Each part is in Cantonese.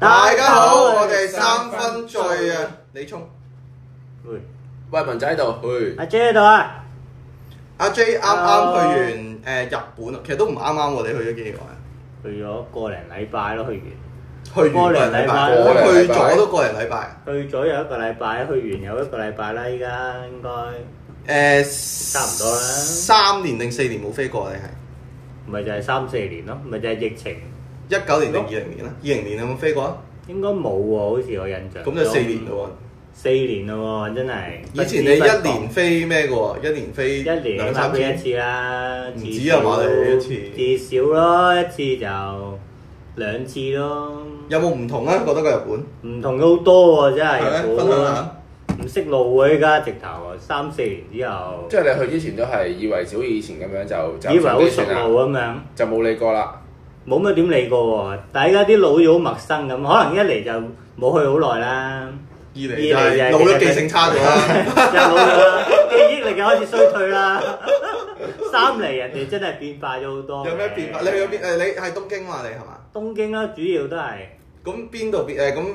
大家好，我哋三分醉啊！李聰、喂，喂，文仔喺度，去阿 J 喺度啊！阿 J 啱啱 Hello 去完誒日本啊，其實都唔啱啱，我哋去咗幾個啊？去咗個零禮拜咯，去完去完個零禮拜，個零禮拜去咗都個零禮拜。去咗有一個禮拜，去完有一個禮拜啦，依家應該唔誒，差唔多啦三年定四年冇飛過，你咪就係三四年咯，咪就係疫情，係一九年定二零年啦？二零年有冇飛過啊？應該冇喎，好似我印象。咁就四年咯四年咯喎，真係。喎。以前你一年飛咩嘅喎？一年飛一年兩三三千一。次啦，唔至止啊少嘛你一次至少咯，一次就兩次咯，有冇唔同啊？覺得個日本唔同咗好多喎，真係係咩？日分享下本。唔識路喎，依家直頭三四年之後，即係你去之前都係以為小以前咁樣就就以為好自己熟啊算啦路咁樣，就冇理過啦。冇乜點理過喎。但係依家啲路好似好陌生咁，可能一嚟就冇去好耐啦，二嚟二嚟就就係係老咗記性差咗啦。 就冇啦，記憶力又開始衰退啦。 三嚟人哋真係變化咗好多嘅。有咩變化？你去咗邊？誒，你係東京嘛？你係嘛？東京啦，主要都係咁邊度變誒？咁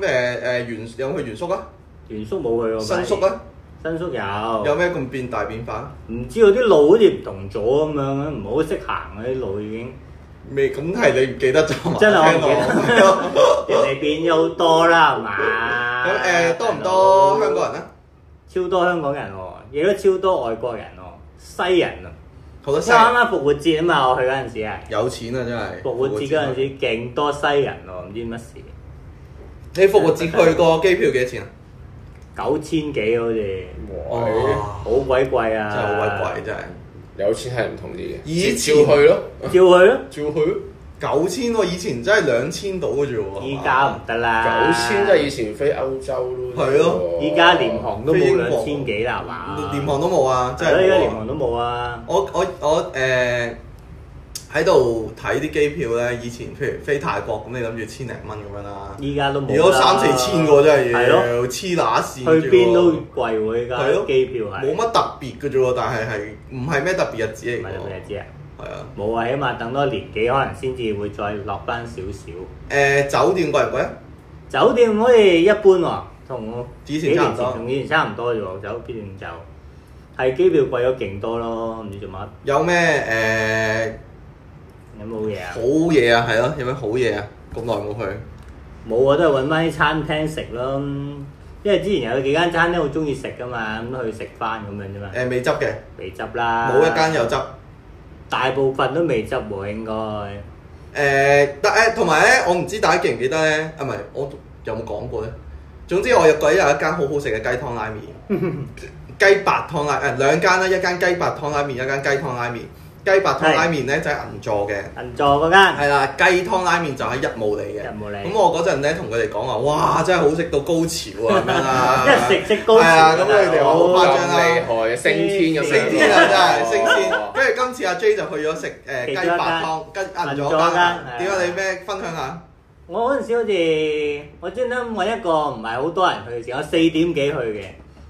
誒誒元有冇去元宿啊？原宿冇去喎。新宿啊？新宿有有，咩咁變大變化？唔知道啲路好似唔同咗咁樣，唔好識行啊嗰啲路已經，未咁係你唔記得咗嘛？真係我唔聽 落人哋變咗好多啦，係嘛？咁誒多唔多香人？港人啊？超多香港人喎，亦都超多外國人喎，西人啊！好多西啱啱復活節啊嘛，我去嗰陣時係有錢啊！真係復活節嗰陣時，勁多西人喎，唔知乜事，你復活節去個機票幾多錢啊？九千幾好似，哇！好鬼貴啊！哎真係好鬼貴，真係有錢係唔同啲嘅，以前照照去咯，貴，照去咯，照去咯。九千喎！以前真係兩千到嘅啫喎。依家唔得啦，九千即係以前飛歐洲咯，係咯依家廉航都飛英冇兩國千幾啦，係嘛？廉航都冇啊！真係咯，依係家冇廉啊航都冇啊，我我我誒喺度睇啲機票咧，以前譬如飛泰國咁，你諗住千零蚊咁樣啦，依家都冇啦。如果三四千個真係係咯，要黐乸線去嘅喎，邊都貴喎，依係家咯機票係冇乜特別嘅啫喎，但係係唔係咩特別日子唔嚟係特別嘅日子啊？喎？係啊，冇啊，起碼等多年幾可能先至會再落翻少少。誒酒店貴唔貴啊？酒店我哋一般喎，同我以幾前年差唔前多同以前差唔多啫喎，酒店就係機票貴咗勁多咯，唔知做乜有咩有冇嘢誒啊好？嘢啊？係咯，有咩好嘢啊？咁耐冇去，冇啊，都係揾翻啲餐廳食咯。因為之前有幾間餐廳好中意食噶嘛，咁去食翻咁樣啫嘛，呃誒未執嘅，未執啦。冇一間有執。大部分都未執喎，應該。誒，但誒同埋咧，我唔知大家記唔記得咧，啊唔係，我有冇講過咧？總之我入鬼有一間好好食嘅雞湯拉 麵，雞白湯拉誒兩間啦，一間雞白湯拉麵，一間雞湯拉麵。雞白湯拉麵咧就係銀座嘅，銀座嗰間係啦，雞湯拉麵就喺一冇里嘅。一冇理，咁我嗰陣咧同佢哋講話，哇，真係好食到高潮啊咁樣啦 一食即高潮係啊，咁佢哋話好咁誇張啦厲。害，升天咁樣，升天啊！ 真係升天，跟住今次阿 J 就去咗食誒雞其中一間白湯，跟啊銀咗銀咗間間。係啊點啊解你咩分享下？我嗰陣時好似我專登揾一個唔係好多人去嘅時間，我四點幾去嘅，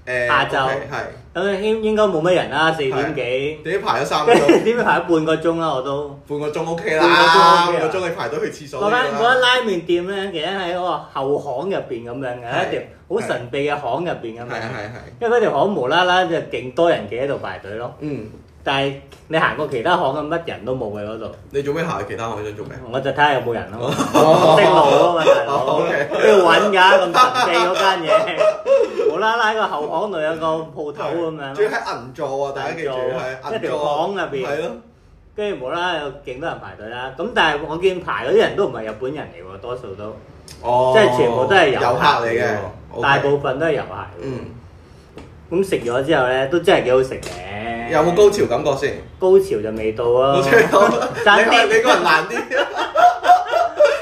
誒下晝 OK，係咁應應該冇乜人啦，四點幾，你排咗三個跟 住鐘，點排咗半個鐘啦，我都。半個鐘 OK 啦，啦半個鐘你排到去廁所嗰間都嗰間要啦。拉麵店咧，其實喺嗰個後巷入邊咁樣係嘅，一條好神秘嘅巷入邊咁係樣。啊係啊係啊，因為嗰條巷無啦啦就勁多人企喺度排隊咯，嗯，但係你行過其他巷咁乜人都冇嘅嗰度。你做咩行去其他行想做咩？我就睇下有冇人咯，識路啊嘛，大佬，哦 OK 都要揾㗎，咁神秘嗰間 嘢，無啦啦喺個後巷度有個鋪頭咁仲樣，要喺銀座啊！大家記住銀座係銀一條座巷入邊係咯，跟住無啦啦有勁多人排隊啦。咁但係我見排嗰啲人都唔係日本人嚟喎，多數都，哦即係全部都係遊遊客嚟嘅喎， OK 大部分都係遊客嚟喎。嗯，咁食咗之後咧，都真係幾好食嘅。有冇高潮感覺 先？高潮就未到啊我，聽 到爭你啲你個人難啲，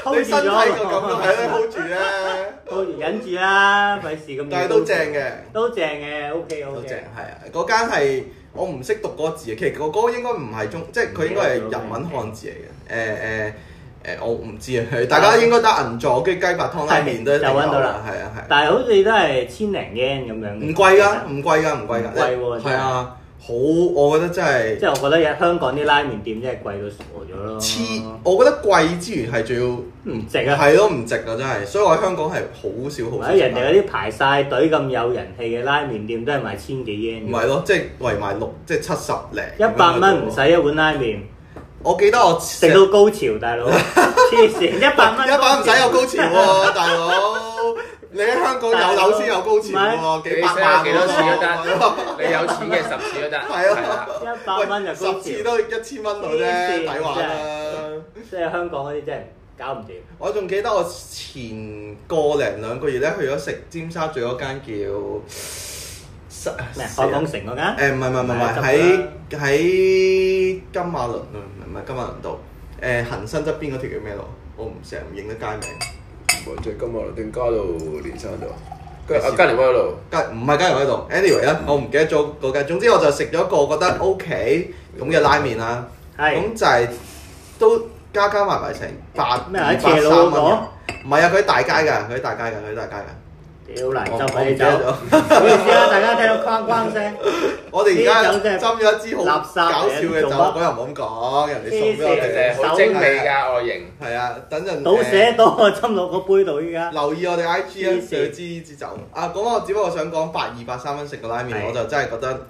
你 hold 住身體個感覺係咧咗， hold 住 咧， hold 住忍住啦，費事咁。但係都正嘅。都正嘅，OK 都正 OK。係啊！嗰間係我唔識讀嗰個字嘅，其實嗰個應該唔係中，即係佢應該係日文漢字嚟嘅。誒誒誒，我唔知啊，大家應該得銀座跟住雞白湯拉麵都一定有就揾到啦係啊係啊，但係好似都係千零 yen 咁樣嘅。唔貴㗎，唔貴㗎，唔貴㗎，唔貴喎係啊，好，我覺得真係即係我覺得香港啲拉麵店真係貴到傻咗咯，黐，我覺得貴之餘係仲唔值要啊！係咯唔值啊，真係，所以我喺香港係好少或好者少食人拉麵。哋嗰啲排晒隊咁有人氣嘅拉麵店都係賣千幾 yen，唔嘅係咯，即係圍埋六，即係七十零一百蚊唔。使一碗拉麵，我記得我食到高潮， 大佬黐線，一百蚊一百唔使有高潮潮喎，大佬。你喺香港有樓先有高潮喎，幾百萬你寫咗幾多次嗰嗰單？你有錢嘅十次嗰單， 係啊係啦，一百蚊就高十潮，次都一千蚊到黐啫，線抵玩啦 Ờ. 真！即係香港嗰啲真係搞唔掂。我仲記得我前個零兩個月咧去咗食尖沙咀嗰間叫咩？海港城嗰間？誒唔係唔係唔係執唔係咗啦喺喺金馬倫啊，唔係唔係金馬倫道誒恒生側邊嗰條叫咩路？我唔成日唔認得街名。黃醉金華定加路連山度，跟住啊嘉年威嗰度，隔唔係加油喺度。anyway 啦，我唔記得咗嗰間。總之我就食咗一個覺得 OK 咁嘅拉麵啦。係咁就係都加加埋埋成八咩啊二百斜路三嗰蚊個嘅。唔係啊，佢喺大街㗎，佢喺大街㗎，佢喺大街㗎。屌難我執我啊！唔記你走，得咗。唔好意思啊，大家聽到框框聲，我哋呢而啲家酒斟咗一支好垃圾嚟搞笑嘅酒，做乜我又唔好咁講，人哋送俾我其實哋。好精美㗎外形。 係啊，等陣倒誒瀉到我斟落個杯度依家。留意我哋 I G 啊，黐線就知呢支酒。啊，咁我只不過想講八二八三蚊食個拉麵，係我就真係覺得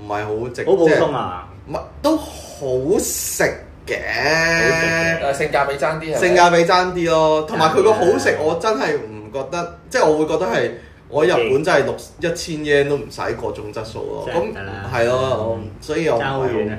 唔係好值，好普即係通啊！唔係都好食嘅，誒性價比爭啲係咪性價比爭啲咯。同埋佢啊個好食，我真係唔覺得，即係我會覺得係我喺日本真係六一千 yen 都唔使嗰種質素咯。真係咁唔得啦嗯係咯，所以我唔爭係好好遠啊！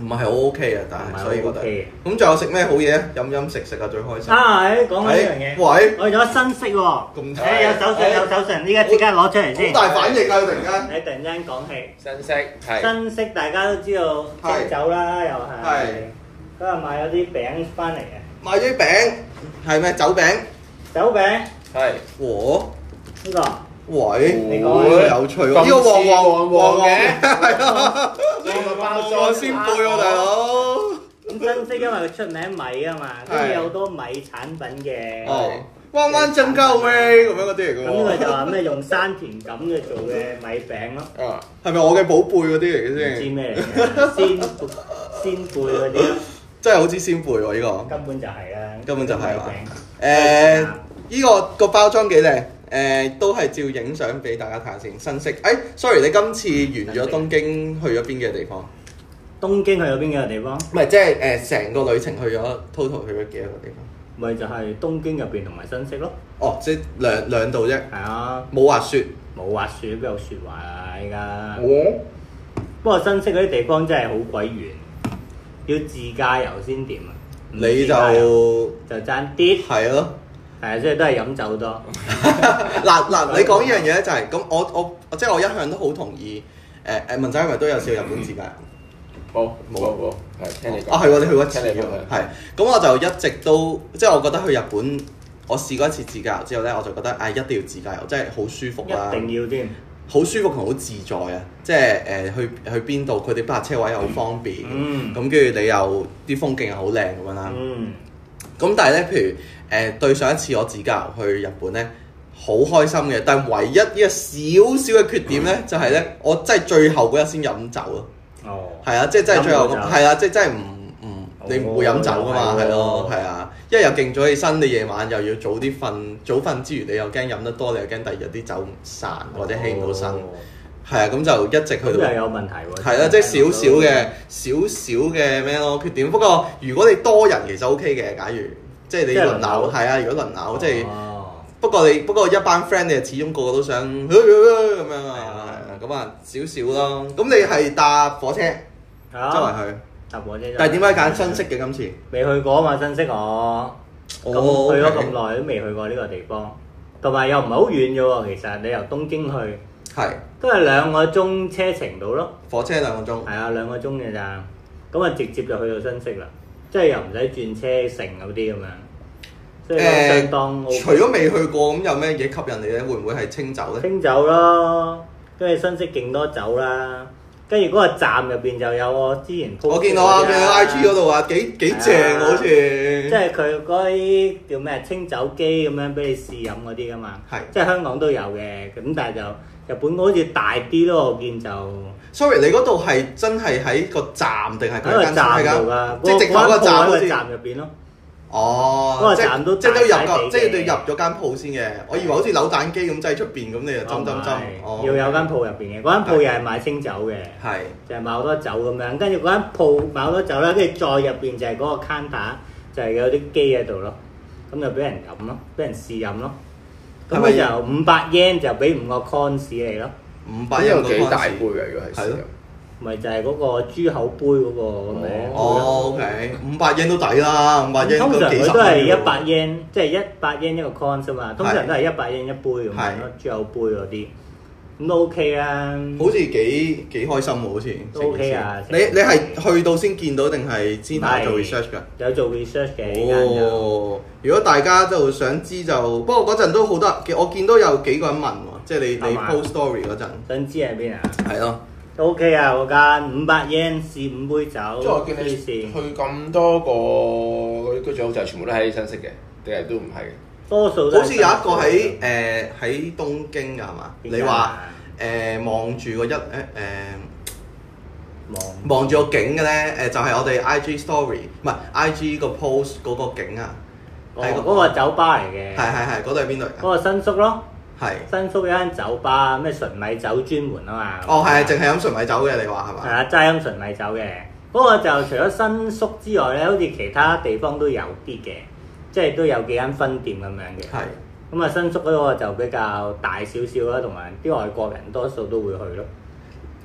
唔係好 OK 啊，但唔係係好所以覺得 OK 咁仲有食咩好嘢啊？飲飲食食啊，最開心。哎啊，誒講緊呢樣嘢，喂，我有新色喎，咁哎誒有手信有手信，依家即刻攞出嚟先好。大反應啊！突然間。你突然間講起新式係新色，大家都知道係蒸酒啦，又係係嗰日買咗啲餅翻嚟嘅買咗啲餅，係咩酒餅？酒餅係和呢個喂，你講啊有趣喎！咁呢個旺似旺旺旺旺嘅旺嘅，係咯，呢個包旺旺裝先配喎，大佬。咁新色，因為佢出名米啊嘛，跟係住有好多米產品嘅。哦，彎彎增加喂，咁樣嗰啲嚟嘅咁呢個喎，就話咩用山田錦嘅做嘅米餅咯，啊係咪我嘅寶貝嗰啲嚟嘅唔知先？咩嚟嘅，仙貝仙貝嗰啲真係好似先輩喎呢根本就係啦，根本就係啦米餅。個。誒，呢個個包裝幾靚。誒都係照影相俾大家睇下先，新式。誒，sorry，你今次完咗東京去咗邊嘅地方？東京去咗邊幾個地方？唔係，即係誒成個旅程去咗 total 去咗幾多個地方？咪就係東京入邊同埋新潟咯，哦，即係兩兩度啫，係啊，冇滑雪。冇滑雪邊有雪滑啊依家。我不過新潟嗰啲地方真係好鬼遠，要自駕遊先掂啊！唔自你就駕遊就爭啲，係咯。係啊，所以都係飲酒多。嗱嗱，你講呢樣嘢咧就係咁，我我即係我一向都好同意。誒誒，文仔係咪都有少日本自駕遊？冇冇冇係聽你講啊係喎，你去過一次聽你喎講係，係咁我就一直都即係我覺得去日本，我試過一次自駕遊之後咧，我就覺得誒一定要自駕遊，真係好舒服啊啦，一定要添，好舒服同好自在啊！即係誒去去邊度，佢哋泊車位又好方便，嗯咁跟住你又啲風景又好靚咁樣啦。嗯，咁但係咧，譬如誒、呃、對上一次我自駕遊去日本咧，好開心嘅，但係唯一呢個少少嘅缺點嗯咧，就係咧，我真係最後嗰日先飲酒咯，哦，係啊，即係真係最後飲唔咁，到酒係啊，即係真係唔唔，你唔會飲酒噶嘛，哦又係係喎咯，係啊，因為又勁早起身，你夜晚又要早啲瞓，早瞓之餘你又驚飲得多，你又驚第二日啲酒唔散或者起唔到身，係哦啊，咁就一直咁去到又有問題喎。係啦，啊即係少少嘅少少嘅咩咯缺點。不過如果你多人其實 O K 嘅，假如即係你即係輪輪流流係啊，如果輪流即係哦不過你不過一班 friend 你始終個個都想嗯咁樣啊，係啊咁啊少少咯。咁你係搭火車周係圍啊，去，搭火車。但係點解揀新式嘅今次？未去過啊嘛？新潟我咁哦去咗 OK 咁耐都未去過呢個地方，同埋又唔係好遠啫喎。其實你由東京去係都係兩個鐘車程到咯，火車兩個鐘，係啊，兩個鐘嘅咋。咁啊，直接就去到新潟啦，即係又唔使轉車城嗰啲咁樣，即係相當 OK 除咗未去過咁有咩嘢吸引你咧？會唔會係清酒咧？清酒咯，跟住新式勁多酒啦，跟住嗰個站入邊就有我之前 po 我見到啊，出嗰佢啲喺啊 I G 嗰度話幾幾係正啊好似，即即係佢嗰啲叫咩清酒機咁樣俾你試飲嗰啲噶嘛，係即係香港都有嘅，咁但係就日本好似大啲咯，我見就 sorry，你嗰度係真係喺個站定喺係個佢間站㗎度㗎，即係直頭嗰個站嗰好個似站入邊咯，哦，嗰個即係站都即係都要入大個，大地嘅即係你要入咗間鋪先嘅。我以為好似扭蛋機咁，即係出邊咁你就針針針。哦唔係要有間鋪入邊嘅，嗰間鋪又係賣清酒嘅。係就係買好多酒咁樣，跟住嗰間鋪買好多酒啦，跟住再入邊就係嗰個 counter，就係有啲機喺度咯，咁就俾人飲咯，俾人試飲咯。咁係咪佢就五百 yen 就俾五個 cons 你咯，五百咁一有個幾大 concept 杯㗎？如果係係咯咪就係嗰個豬口杯嗰個咁樣。哦，OK，五百 yen 都抵啦，五百 yen 通都常幾佢十。都係一百。yen，即係一百 yen 一個 cons 啊嘛，通常都係一百 yen 一杯咁樣咯，豬口杯嗰啲，咁都 OK 啦。好似幾幾開心喎，好似都 OK 啊你你係去到先見到定係之前做唔係 research 㗎？有做 research 嘅呢間就。哦，如果大家就想知就，不過嗰陣都好多人，我見到有幾個人問喎，即係你係你嘛 post story 嗰陣，想知喺邊啊？係咯，都 OK 啊，嗰間五百 yen 試五杯酒，即係我見你黐線，去咁多個嗰啲居酒屋就全部都喺新式嘅，定係都唔係嘅？多數都係好似有一個喺誒喺東京㗎係嘛？邊間啊你話誒望住個一誒誒望望住個景嘅咧，誒就係我哋 IG story 唔係 IG 個 post 嗰個景啊，係哦嗰個酒吧嚟係嘅，係係嗰度係邊度嚟㗎？嗰個新宿咯，係新宿有間酒吧咩純米酒專門啊嘛。哦係，淨係飲純米酒嘅你話係係嘛？啊，齋飲純米酒嘅。嗰個就除咗新宿之外咧，好似其他地方都有啲嘅，即係都有幾間分店咁樣嘅。係咁啊，新宿嗰個就比較大少少啦，同埋啲外國人多數都會去咯。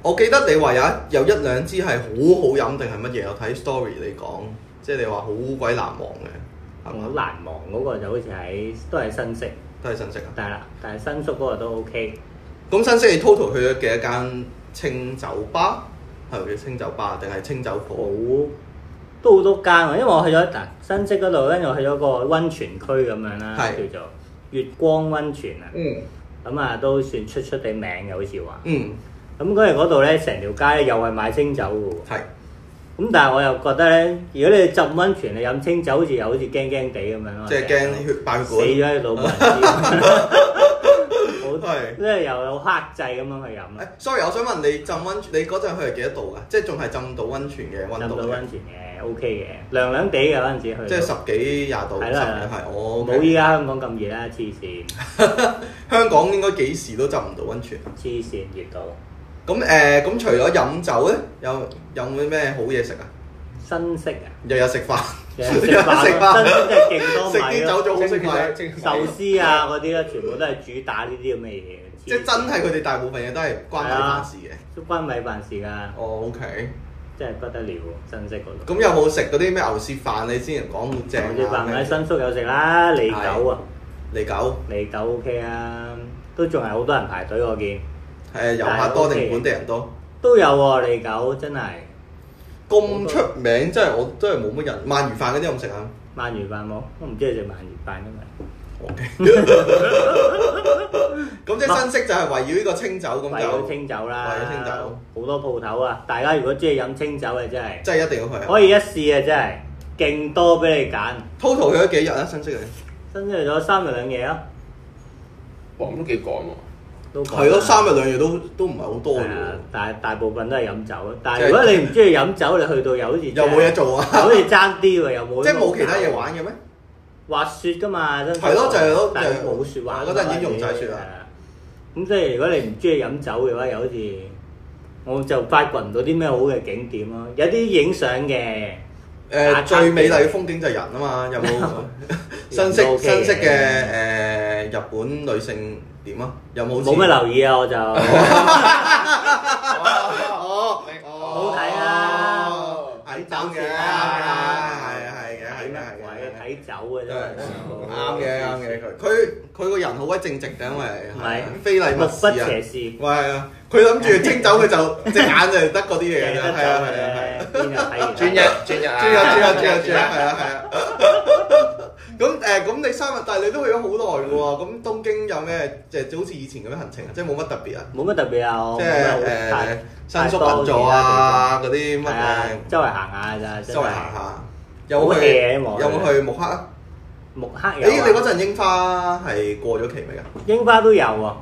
我記得你話有一有一兩支係好好飲定係乜嘢？我睇 story 你講，即係你話好鬼難忘嘅，係好嘛？難忘嗰個就好似喺都係新宿。都係新式啊！但係啦，但係新宿嗰個都 OK，咁新式你 total 去咗幾多間清酒吧？係咪叫清酒吧定係清酒好鋪？都好多間喎。因為我去咗嗱新宿嗰度，跟住我去咗個温泉區咁樣啦，係叫做月光温泉啊。嗯咁啊，都算出出地名嘅，好似話。嗯，咁嗰日嗰度咧，成條街咧又係賣清酒嘅喎。係咁但係我又覺得咧，如果你浸温泉你飲清酒，好似又好似驚驚地咁樣咯。即係驚血爆嗯死血咗喺度，冇 人知。好，係即係又有克制咁樣去飲管。啦誒，sorry，我想問你浸温泉，你嗰陣去係幾多度啊㗎？即係仲係浸到温泉嘅温浸度到嘅，温泉嘅 OK 嘅，涼涼地嘅嗰陣時去到。即係十幾廿度，係十啦幾係哦我冇依家香港咁熱啦，黐線，香港應該幾時都浸唔到温泉。黐線熱到咁誒，咁除咗飲酒咧，有有冇咩好嘢食啊？新式 啊！日日食飯，日日食 飯，日日食飯新式真係勁多食啲米酒咯，就好食埋埋，壽司啊嗰啲咧，全部都係主打呢啲咁嘅嘢。即係真係佢哋大部分嘢都係關米飯事嘅。都關米辦事㗎，哦，OK。真係不得了喎！新式嗰度咁有冇食嗰啲咩牛舌飯？你之前講好正牛啊飯喺新宿有食啦，利九啊，咩嚟狗利九 à. OK à, 啊，都仲係好多人排隊我見，誒呃遊但客係多 OK 定嘅本地人多？都有喎利九真係咁出名真係我真係冇乜人。鰻魚飯嗰啲有冇食啊鰻魚飯冇，我唔知佢食鰻魚飯因為。 ？OK。咁即係新式就係圍繞呢個清酒咁為咗就，清酒啦，為咗清酒好多鋪頭啊！大家如果中意飲清酒嘅真係，即係一定要去啊。可以一試啊！真係勁多俾你揀， total 去咗幾日啊？新式嘅新出咗三日兩夜咯，哇，咁都幾趕喎！都講係咯，三日兩夜都都唔係好多嘅係啊喎。但係大部分都係飲酒，但即係係如果你唔中意飲酒，你去到又好似又冇嘢，做啊？好似爭啲喎，又 冇即係冇其他嘢玩嘅咩？滑雪㗎嘛，真係咯就係咯但就係係冇雪玩嗰陣已經用晒雪啦係啊。咁即係如果你唔中意飲酒嘅話，又好似我就發掘唔到啲咩好嘅景點咯，有啲影相嘅。誒、最美麗嘅風景就係人啊 嘛，有冇新人都式 OK 新式嘅誒、嘅日本女性點啊？有冇冇咩留意啊， 我就哦好睇啊睇酒嘅，係啊係嘅係嘅係嘅。睇酒嘅啫，啱嘅啱嘅，佢佢佢個人好鬼正直嘅，因為唔係係非禮目勿不視啊斜。視，喂，係啊佢諗住清走佢就隻眼就得嗰啲嘢嘅啫，係啊係啊係啊。Dạ. 係啊，邊度睇完 轉日，轉日啊，轉啊轉啊轉啊轉啊，係啊係啊。 咁誒，咁你三日，但係你都去咗好耐嘅喎。咁東京有咩即係好似以前咁樣行程啊？即係冇乜特別啊，冇乜特別啊，我即冇乜係好太誒太新宿多銀座啊嗰啲其他地乜方，係啊誒，周圍行下咋，真係周圍行下。有冇去好 hea 啊望佢有冇去木刻啊？木刻有誒，啊，你嗰陣櫻花係過咗期未啊？櫻花都有喎，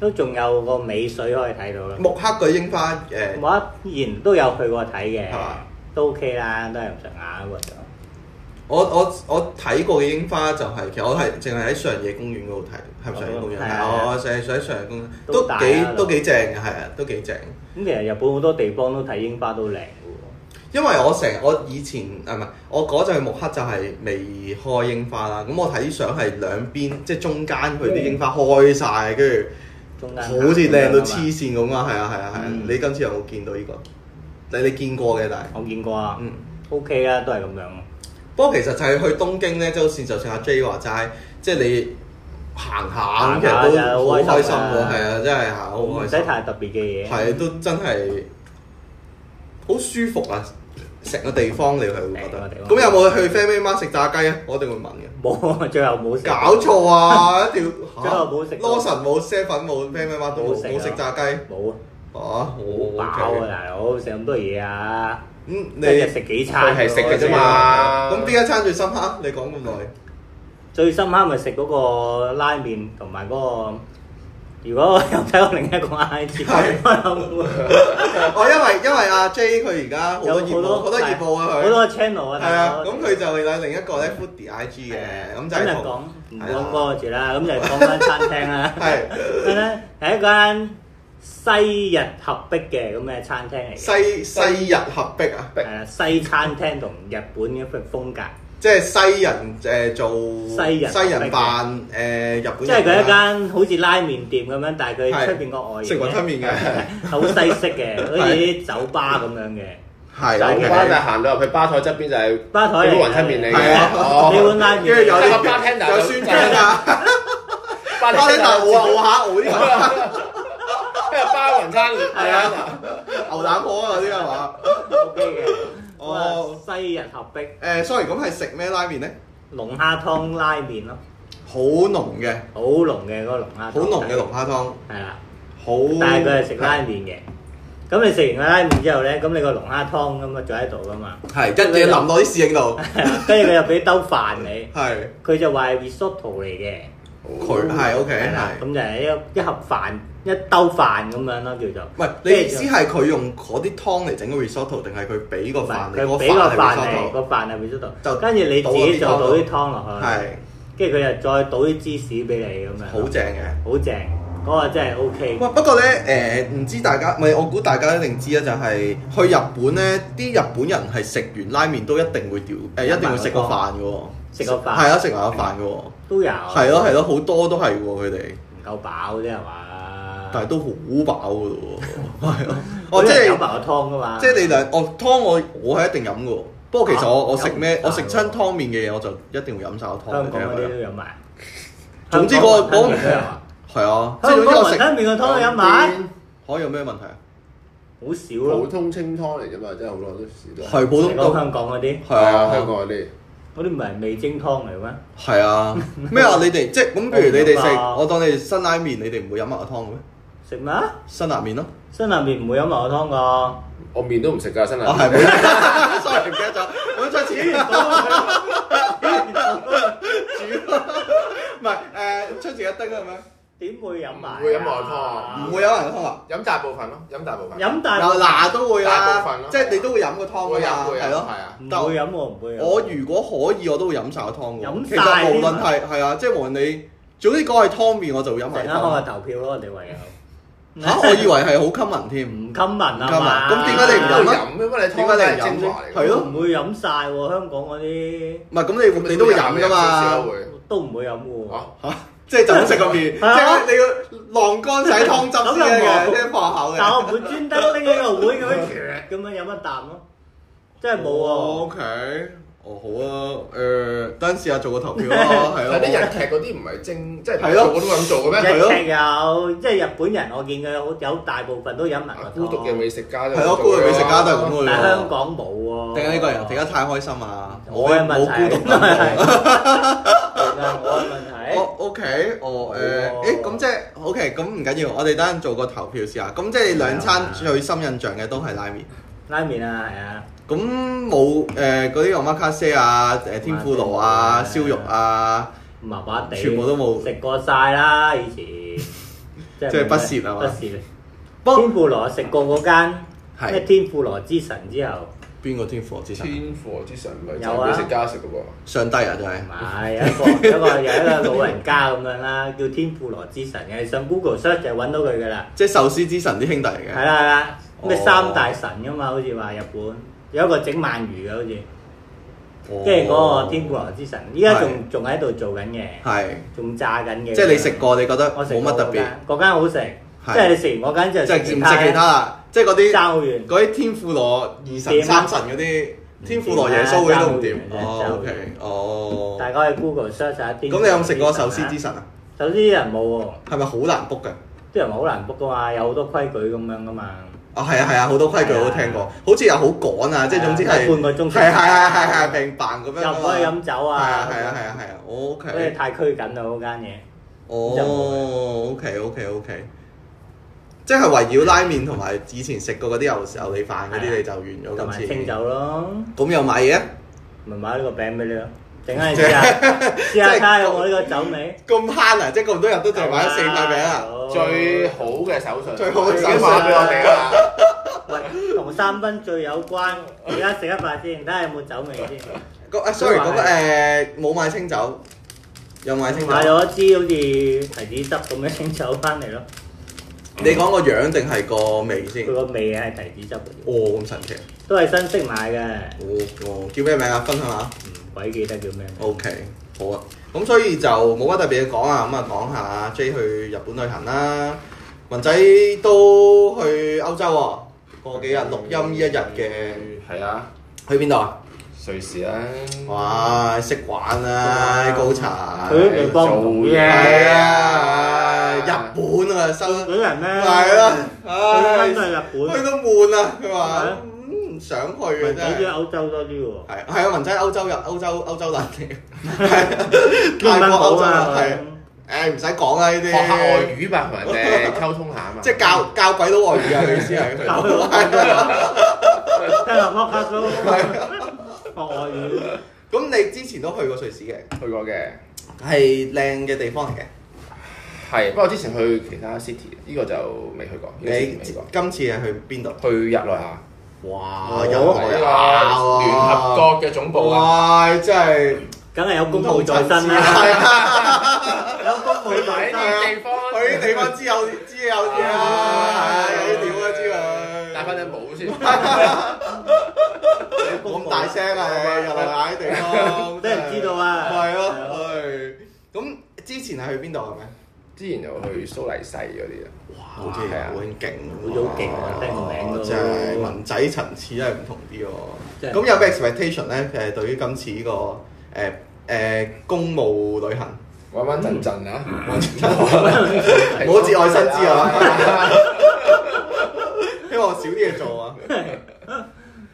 都仲有個尾水可以睇到啦。木刻嘅櫻花誒，我以前都有去過睇嘅係嘛，都 OK 啦，都係唔上眼嗰個就。我我我睇過嘅櫻花就係其實我係淨係喺上野公園嗰度睇，係咪上野公園？係係啊啊我成日喺上野公園，都都大啊幾度都幾正嘅，係啊，都幾正。咁其實日本好多地方都睇櫻花都靚嘅喎。因為我成我以前啊唔係我嗰陣去木刻就係未開櫻花啦，咁我睇相係兩邊即係中間佢嗯啲櫻花開晒，跟住中間好似靚到黐線咁啊！係啊係啊係啊嗯！你今次有冇見到呢個？你你見過嘅，但係我見過啊嗯。 ，OK 啦，都係咁樣咯。不過其實就係去東京咧，即係好似就算阿 J 話齋，即係你行下咁，行其下實都好就好開開心心啊喎，係啊，真係行好唔開使心，太特別嘅嘢。係都真係好舒服啊！成個地方你係會覺成個得地，方咁有冇去 family 媽食炸雞啊？我一定會問嘅。 冇，最後冇食。搞錯啊！一條真係冇食到 Lawson 冇 seven 冇 family 媽冇冇食啊冇食炸雞冇啊，啊！好好飽啊，大佬食咁多嘢啊，嗯，一你日食幾餐佢喎？係食嘅啫嘛？嘛咁邊一餐最深刻？你講咁 耐，最深刻咪食嗰個拉麵同埋嗰個。如果我 有睇過另一個 I G，係我因為因為阿 J 佢而家好多業務，好多業務啊好佢。多 channel 啊，係啊，大佬咁佢就有另一個咧 Foodie IG 嘅，咁就咁就係啊講同唔講歌住啦，咁就講翻餐廳啦。係咁咧係一間西日合璧嘅咁嘅餐廳嚟嘅，西西日合璧啊，係啊西餐廳同日本嘅風格。即係西人誒做西人合璧西人扮誒日本人啦，即係佢一間好似拉麵店咁樣，但係佢出邊個外啊食雲吞形 麵嘅，咧好西式嘅，好似啲酒吧咁樣嘅。係走 OK 翻就行到入去吧台側邊就係吧台嚟嗰嘅個雲吞麵嚟係嘅啊，哦你碗拉麵，跟住有啲啲個 bartender 有酸啤啊，巴巴黎天蛋牛啊，我下牛呢個。巴雲餐係係啊啊，牛腩河啊嗰啲係嘛？ OK 嘅。哦哦，西日合璧誒，sorry，咁係食咩拉麵咧？龍蝦湯拉麵咯，好濃嘅，好濃嘅嗰個龍蝦。好濃嘅龍。蝦湯，係啦。好。但係佢係食拉麵嘅。咁你食完個拉麵之後咧，咁你個龍蝦湯咁啊，仲喺度噶嘛？係一嘢淋落啲侍應度，係啊跟住佢又俾兜飯你，係佢就話係 risotto 嚟嘅，佢係 OK 係啦，咁係。就係一一盒飯一兜飯咁樣咯，叫做。唔係你意思係佢用嗰啲湯嚟整個 risotto，定係佢俾個唔係飯你嗰佢個俾個飯飯係你，個 risotto？飯係 risotto，就跟住你自己再倒啲湯落去，係跟住佢又再倒啲芝士俾你咁樣，好正嘅。好正，嗰個真係 OK。哇！不過咧，誒唔知大家，唔係我估大家一定知啦，就係去日本咧，啲日本人係食完拉麵都一定會掉，誒一定會食個飯嘅喎，食個飯哦係啊，食埋個飯嘅喎。都有，係咯係咯，好多都係喎佢哋，唔夠飽啫係嘛？但係都好飽嘅咯 喎，係咯，我哦即飲係埋個湯噶嘛，即係你兩，哦湯我我係一定飲嘅喎，不過其實啊我我食飲咩唔晒我食親湯麵嘅嘢我就一定會飲晒個湯香嘅港嗰啲都啫，飲埋。總之香嗰港個嗰雲吞麵都有個啊係啊，即係香總之港我雲食吞麵嘅湯都飲埋，可以有咩問題啊？好少普咯。通清湯嚟啫嘛，真係好多都時都係普通你講都香港嗰啲，係係啊，香啊港嗰啲嗰啲唔係味精湯嚟嘅咩？係啊咩啊？你哋即係咁，譬如你哋我唔飲啊食我當你哋辛拉麵，你哋唔會飲埋個湯嘅咩？食咩？辛辣麵咯，辛辣麵唔會飲麻湯㗎。我面都唔食㗎，真我係啊係。冇 ，sorry 唔記得咗，冇出錢。煮唔係誒出自一丁啊係咪？點會飲埋？唔會飲麻 À. 唔會有人通啊！飲大部分咯，飲大部分。飲大有嗱都會大部分啦咯，即係你都會飲個湯㗎會嘛飲，會飲，係係咯。啊。唔會飲喎，唔會飲。我如果可以，我都會飲晒個湯飲㗎。晒其實無論係係啊，即係無論你總之講係湯麵，我就會飲突然埋間開個湯。投票咯，我哋唯有。嚇！我 以為係好 common 添，唔襟聞啊唔襟嘛啊咁點解你唔飲飲啊飲，因為你點湯解都你唔係飲精華啫？嚟係㗎。咯，唔會飲晒喎，香港嗰啲唔係咁你你都會飲㗎少少嘛？會都唔會飲嘅喎。嚇嚇！即係就咁食個麵，即係啊係你要晾乾洗湯汁先得咁又冇嘅，先放口嘅。但我唔會專登拎起個碗咁樣咁樣飲一啖咯，真係冇喎。 O K，哦好啊，誒等陣試下做個投 票咯，係咯。但係啲日劇嗰啲唔係精，即係係咯個個都咁做嘅咩？係咯日劇有，即係日本人，我見佢好有大部分都飲埋啊孤獨嘅美食家就係咯，孤獨美食家都係咁嘅喎。但香港冇喎。定係呢個人突然間太開心啊！我冇嘅問冇題孤 獨感。我我哦 OK，我好誒，喎誒咁即係 OK，咁唔緊要，我哋等陣做個投票試下。咁即係啊兩餐最深印象嘅都係拉麵。拉麵啊，係啊，咁冇誒嗰啲 omakase 啊、誒天婦羅啊、嗯燒肉啊，麻麻地，全部都冇食過晒啦，以 前。即即係不屑啊嘛不屑。不天婦羅食過嗰間係咩天婦羅之神之後，邊個天婦羅之神？啊天父之神唔係有就啊美食家食嘅喎。上帝啊，真係唔。 係有一個有一個有一個老人家咁樣啦，叫天婦羅之神嘅，你上 Google search 就揾到佢噶啦。即係壽司之神啲兄弟嚟係嘅。啦係啦，咩哦三大神噶嘛，好似話日本有一個整鰻魚嘅好似，即即係嗰個天婦羅之神，依家仲哦係仲喺度做緊嘅，係，仲炸緊嘅。即係你食過，你覺得我食冇過乜特嗰別間，，嗰間好食，即係你食完嗰間之後即係唔呢食其他啦。即係嗰啲爭好遠。嗰啲天婦羅二神掂啊三神嗰啲，天婦羅耶穌嗰啲都唔掂。爭好遠哦真係，OK，哦。大家去 Google search 下咁天。你有冇食過壽司之？神啊？壽司之神冇喎，係咪好難 book 㗎？啲人話好難 book 噶嘛，有好多規矩咁樣噶嘛。啊，係啊係啊，好多規矩我都聽過，好似又好趕啊，即係總之係係半個鐘係係係係係病扮咁樣又㗎唔嘛。可以飲酒係啊啊！係啊係啊係啊，我因為 OK。太拘謹啦嗰間嘢。哦，OK OK OK，即係圍繞拉麵同埋以前食過嗰啲牛牛脷飯嗰係啊啲，你就同完埋咗今清次。酒咯，咁又買嘢？咪買呢個餅俾你咯。陣間你試下，試下睇下有冇呢個酒味。咁慳啊！即係咁多日都就買咗四塊餅啊！好最好嘅手信，最好嘅手信已經話俾我哋啦。喂，同三分最有關。而家食一塊先，睇下有冇酒味先。咁啊，sorry，à, 都咁買誒冇買清酒，有買清酒買。咗一支好似提子汁咁嘅清酒翻嚟咯，你講個樣定係個味先佢？個味係提子汁嗰啲，哦，咁神奇！都係新式買嘅，哦哦，叫咩名啊？分享下。唔鬼記得叫咩名。 OK，好啊。咁所以就冇乜特別嘅講啊，咁啊講下 J 去日本旅行啦。雲仔都去歐洲喎，過幾日錄音呢一日嘅，係啊，去邊度啊？瑞士啦。哇，識玩啊，高茶。Ừ, 去啲地方唔同做嘢係啊，日本啊，收日本人咧，係啦，佢唉真，係日去本，都悶啊，佢係話啊嗯唔想去啊咪真睇咗係。歐洲多啲喎。係係啊，雲仔歐洲人、歐洲歐洲人嚟嘅，係啊泰國 à. 歐洲人係誒唔使講啦呢學下外啲，語吧，同 人哋溝通下嘛。即係教教鬼佬外語啊！佢意思係佢教係 聽落摩卡蘇，學外語，咁你之前都去過瑞士嘅，去過嘅，係靚嘅地方嚟嘅。係不過之前去其他 city，呢個就未去過。呢你個 city 未去過今次係去邊度？去日內瓦，哇！哦有哇內亞呢個喎聯合國嘅總部啊！哇！真係梗係有公務在身啦，啦。有公務在喺身呢。啲地方，哎去啲地方知有知有啲啊，有啲料啊知啊，戴翻頂帽 先。咁大聲啊你，又嚟嗌啲地方，俾人知道啊係咯，係。咁之前係去邊度啊係咪？之前又去蘇黎世嗰啲啊，好似係啊好勁好喎，似好勁啊聽個名都真係文仔層次真係唔同啲喎。真係咁有咩 expectation 咧？誒，對於今次呢個誒誒公務旅行，穩穩陣陣啊，唔好節外生枝嗯啊！ 希望少啲嘢做啊！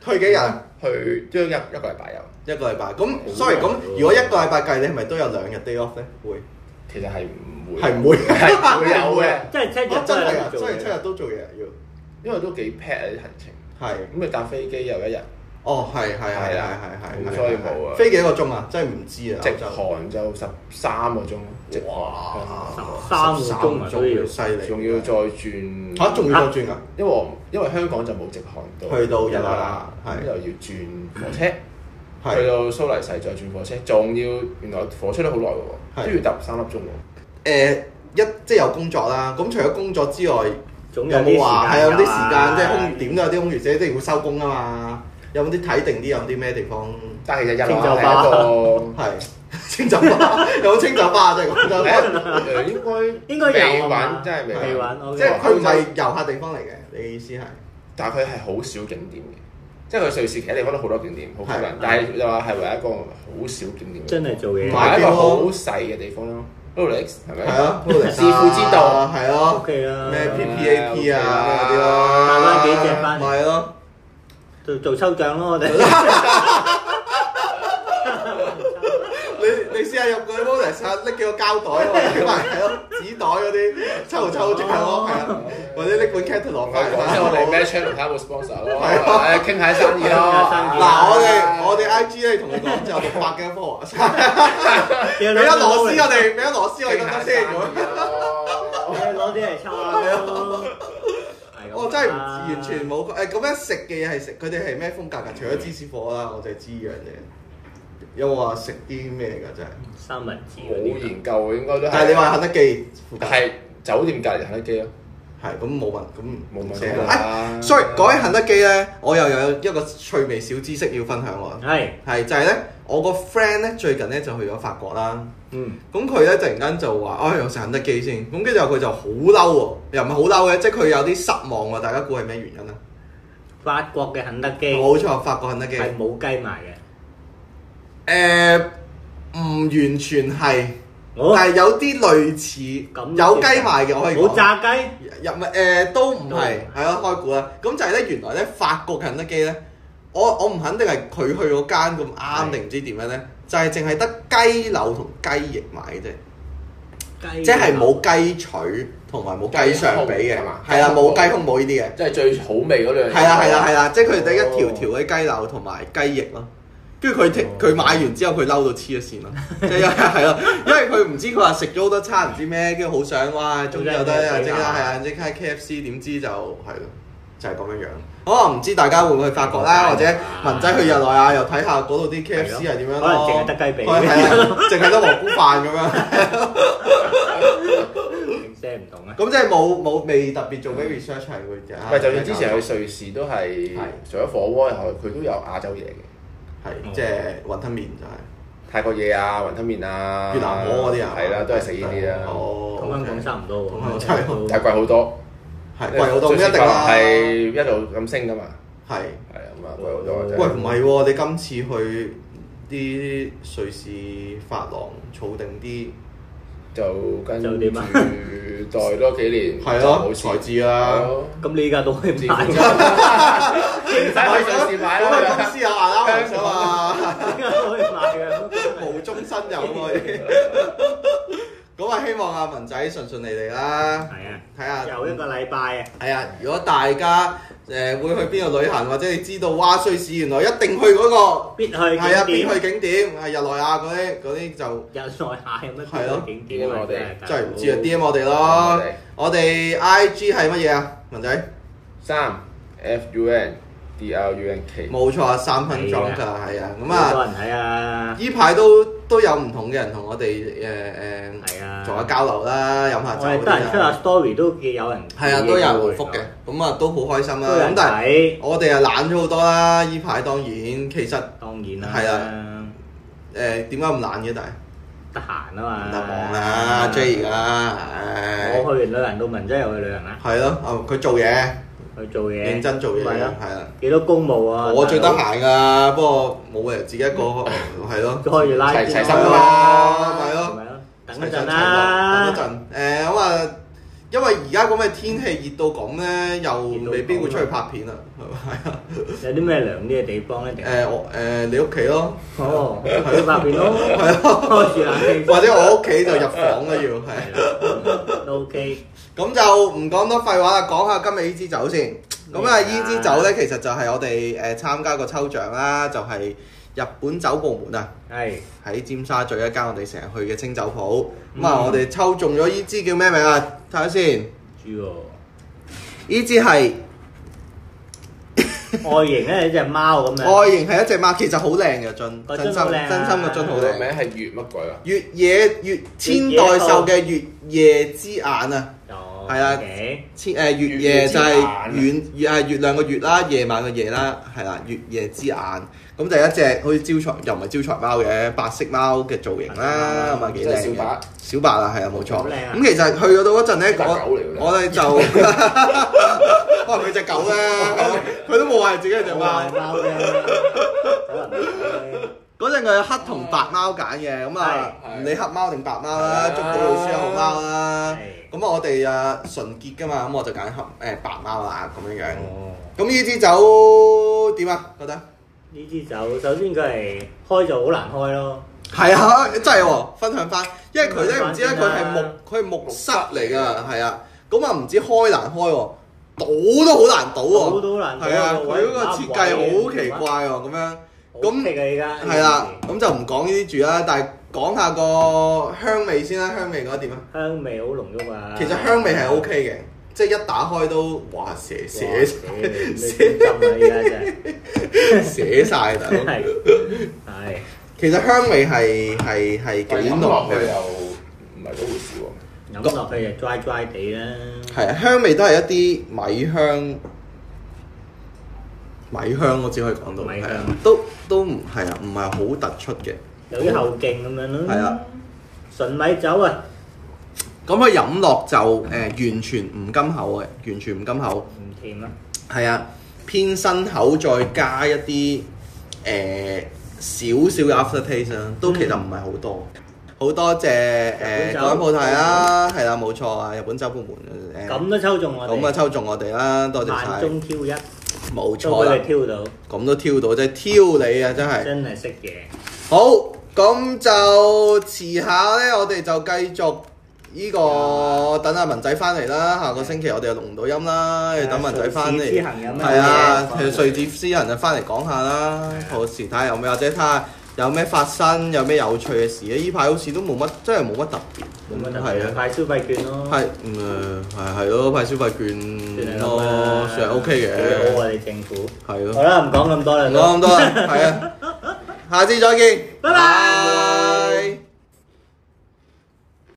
去幾日啊？去將一一個禮拜有，一個禮拜，咁好 sorry，耐咁喎如果一個禮拜計，你係咪都有兩日 day off 咧？會其實係唔會，係唔會？係唔會有嘅，真係七日哦真係都啊，真係係去七做日嘢，都做嘢啊因為都幾 pack 啊啲行程，要係，咁你搭飛機又一日，哦係係係係係啦係係係，咁所以冇啊飛幾多個鐘啊？真係唔知啊，直歐洲航就十三個鐘，直哇航三個鐘啊都要犀利，仲要再轉嚇仲要再轉啊？因為我因為香港就冇直航到去到日內瓦啦，係咁又要轉火車，去係到蘇黎世再轉火車，仲要原來火車都好耐嘅係喎，都要搭三粒鐘喎。誒一即係有工作啦，咁除咗工作之外，總有有啊啲時冇話係有啲時間即係㗎空點都有啲空餘，即係要收工啊嘛？有冇啲睇定啲有啲咩地方？但係其實日內清酒瓦吧係一個係 清酒吧，有冇清酒吧啊？真係講真。 誒應該應該有啊未嘛玩真係未玩未玩，OK 即係佢唔係遊客地方嚟嘅，你意思係？但係佢係好少景點嘅，即係佢瑞士其他地方都好多景點，好吸引係，但係就話係唯一一個好少景點，真係做嘢唔係一個好細嘅地方咯。l o l e x 係咪？係啊，富致富之道係咯， OK 啦咩 PPAP 啊嗰啲咯，買返幾隻返嚟咪係咯，做做抽獎咯，我哋你你試下入嗰啲 model 下拎幾個膠袋喎，埋係咯，紙袋嗰啲抽抽獎咯，係啊，或者拎本 catalog 同埋翻嚟講真，我哋咩 channel 睇下有冇 sponsor 咯，啊誒傾下生意咯。啊嗱，我哋我哋 I G 咧同你講就六百嘅 follow，俾俾一螺絲我哋，俾一螺絲我哋得唔得先？我哋攞啲嚟抽下咯。係咁我真係唔啦完全冇誒咁樣食嘅嘢係食，佢哋係咩風格㗎？除咗芝士火啦，我就係知呢樣嘢。有冇話食啲咩㗎？真係，三文治嗰冇啲，研究喎，應該都係。但係你話肯德基附近係酒店隔離肯德基咯，係咁冇問咁冇問寫題啦哎，sorry，講起肯德基咧，我又有一個趣味小知識要分享喎。嗯係係就係咧，我個 friend 咧最近咧就去咗法國啦。嗯咁佢咧突然間就話：，哎，我食肯德基先。咁跟住後佢就好嬲喎，又唔係好嬲嘅，即係佢有啲失望喎。大家估係咩原因啊？法國嘅肯德基冇錯，法國肯德基。係冇雞賣嘅。誒唔完全係，哦但係有啲類似，咁有雞賣嘅，我可以冇講。炸雞，入咪誒都唔都係，係咯開估啦。咁就係咧，原來咧法國肯德基咧，我我唔肯定係佢去嗰間咁啱係定唔知點樣咧，就係淨係得雞柳同雞翼賣嘅啫。雞即係冇雞腿同埋冇雞上髀嘅雞胸係嘛，係啦，冇雞胸冇呢啲嘅，即係最好味嗰兩樣嘢。係啦係啦啊係啦，即係佢哋一條條嘅雞柳同埋雞翼咯。跟住佢聽佢買完之後，佢嬲到黐咗線咯，即係因為啊係咯，因為佢唔知佢話食咗好多餐唔知咩，跟住好想哇，終於有得啊即刻係啊即刻 K F C，點知就係咯，就係咁樣樣。可能唔知大家會唔會去法國啦，或者文仔去日內啊，又睇下嗰度啲 K F C 係點樣咯，可能淨係得雞髀可能係啊淨係得蘑菇飯咁樣。即係唔同啊。咁即係冇冇未特別做咩 research 係會嘅。唔係，就算之前去瑞士都係係除咗火鍋以後，佢都有亞洲嘢嘅，係即係雲吞麵就係泰國嘢啊、雲吞麵啊、越南河嗰啲啊，係啦，都係食呢啲啊啦，哦，同香港差唔多同香港喎，差唔多但係貴好多。係貴好多，唔一定啦。係一路咁升噶嘛，係係啊，咁啊貴好多。真喂係唔係喎，你今次去啲瑞士法郎儲定啲就跟就點啊住待多幾年，係就咯冇事財智 啦。咁你依家都可以自買負㗎，唔使去瑞士咁咪買啦啊公。司有牙啦，香啊嘛，依家都可以買嘅。 無中生有嗰啲。咁啊，希望阿文仔順順利利啦。係啊，睇下有一個禮拜啊，係啊，如果大家誒、呃、會去邊度旅行，或者你知道哇瑞士原來一定去嗰、個必去係啊景必點。去景點係日內亞嗰啲嗰啲就有內下有乜係咯景點啊？我哋真係唔知啊啲。 ，DM 我哋哦咯。我哋 IG 係乜嘢啊？文仔三 F U N D R U N K，冇錯啊，三分鐘㗎係係啊，咁好多啊人睇啊，呢排都都有唔同嘅人同我哋誒係啊誒做下交流啦，飲下我酒哋嗰得閒出啲下啊， story 都幾有人，係啊都有人回覆嘅，咁啊都好開心都啦。有咁人但係睇，我哋啊懶咗好多啦，呢排當然其實誒當然啦，係點解咁懶嘅？但係得閒啊嘛，唔得忙啦，J 而家，我去完旅行到文真又去旅行啦，係咯，哦佢做嘢，去做嘢，認真做嘢，咪係咯，啊，幾多公務啊？我最得閒㗎，不過冇人自己一個，係咯，都可以拉齊係齊心㗎咯，嘛係係咯，咪咯？等一陣啦，等一陣，誒咁啊，因為而家咁嘅天氣熱到咁咧，又未必會出去拍片啦，係啊，有啲咩涼啲嘅地方咧？定係 誒我誒你屋企咯，哦，去拍片咯，係咯，開住冷氣，或者我屋企就入房啦要，係。係啦都 OK。咁就唔講多廢話啦，講下今日呢支酒先。咁啊，呢支酒呢，其實就係我哋誒參加個抽獎啦，就係、日本酒部門啊，係喺尖沙咀一間我哋成日去嘅清酒鋪。咁啊、嗯我哋抽中咗呢支叫咩名啊？睇下先，豬喎。呢支係外形咧一隻貓咁樣，外形係一隻貓，其實好靚嘅樽，個真心樽好靚啊真心個樽好佢個靚名。係月乜鬼啊？越野越千代壽嘅越夜之眼啊！哦係啊 OK 千誒月夜就係月月係月亮個月啦，夜晚個夜啦，係啦，月夜之眼。咁就一隻好似招財又唔係招財貓嘅白色貓嘅造型啦，咁啊幾即靚係嘅小白，小白啊，係啊冇錯。好靚啊 咁其實去到嗰陣咧，小白我狗嚟㗎我哋就可能佢只狗咧， 佢都冇話係自己係只貓。啊貓嘅，可能嗰陣佢黑同白貓揀嘅，咁啊係唔理黑貓定白貓啦，係啊捉到老鼠有熊貓啦。係咁啊我哋啊純潔噶嘛，咁我就揀黑誒白貓啦咁樣樣。哦，咁呢支酒點啊？覺得？呢支酒首先佢係開就好難開咯，係啊，真係喎，分享翻，因為佢咧唔知咧，分佢享返係木先啦佢係木塞嚟㗎，係啊，咁啊唔知開難開喎，賭都好難賭喎，賭都好難賭啊係啊，個佢位嗰個設計好奇怪喎，咁樣，好咁食嚟㗎，係啦，咁就唔講呢啲住啦，但係講下個香味先啦，香味覺得點啊？香味好濃郁啊，其實香味係 O K 嘅，即係一打開都哇寫寫寫寫浸啊依家真係。寫曬大佬 係係其實香味係係係幾飲濃落去嘅。啊又唔係嗰回事喎。飲落去就 dry dry 地啦，係啊，香味都係一啲米香，米香我只可以講到，米香係啊都都唔係啊，唔係好突出嘅，有啲後勁咁樣咯。係啊，純米酒啊，咁佢飲落就誒、呃完全唔甘口嘅，完全唔甘口，唔甜啊，係啊，偏辛口再加一啲誒少少嘅 after taste 啦，都其實唔係好多。好多謝誒嗯日本酒嗰間鋪頭啦，係啦，冇錯啊，日本酒部門誒，咁都抽中我哋，咁啊抽中我哋啦，多謝萬晒，中挑一，冇都錯啦俾。佢挑到，咁都挑到，真係挑你啊！真係真係識嘢。好，咁就遲下呢，我哋就繼續呢、個等阿文仔翻嚟啦。下個星期我哋就錄唔到音啦，係啊等文仔翻垂子之嚟行有，咩係啊，嘢佢瑞子私人就翻嚟講下啦。好時睇下有咩，或者睇下有咩發生，有咩有趣嘅事咧？啊呢排好似都冇乜，真係冇乜特別，咁啊，係啊。派消費券咯，派嗯誒係係咯，派消費券咯，嗯哦算係 OK 幾好嘅，啊！你政府，係咯好。啦，唔講咁多啦，唔講咁多啦，係啊，下次再見，拜拜。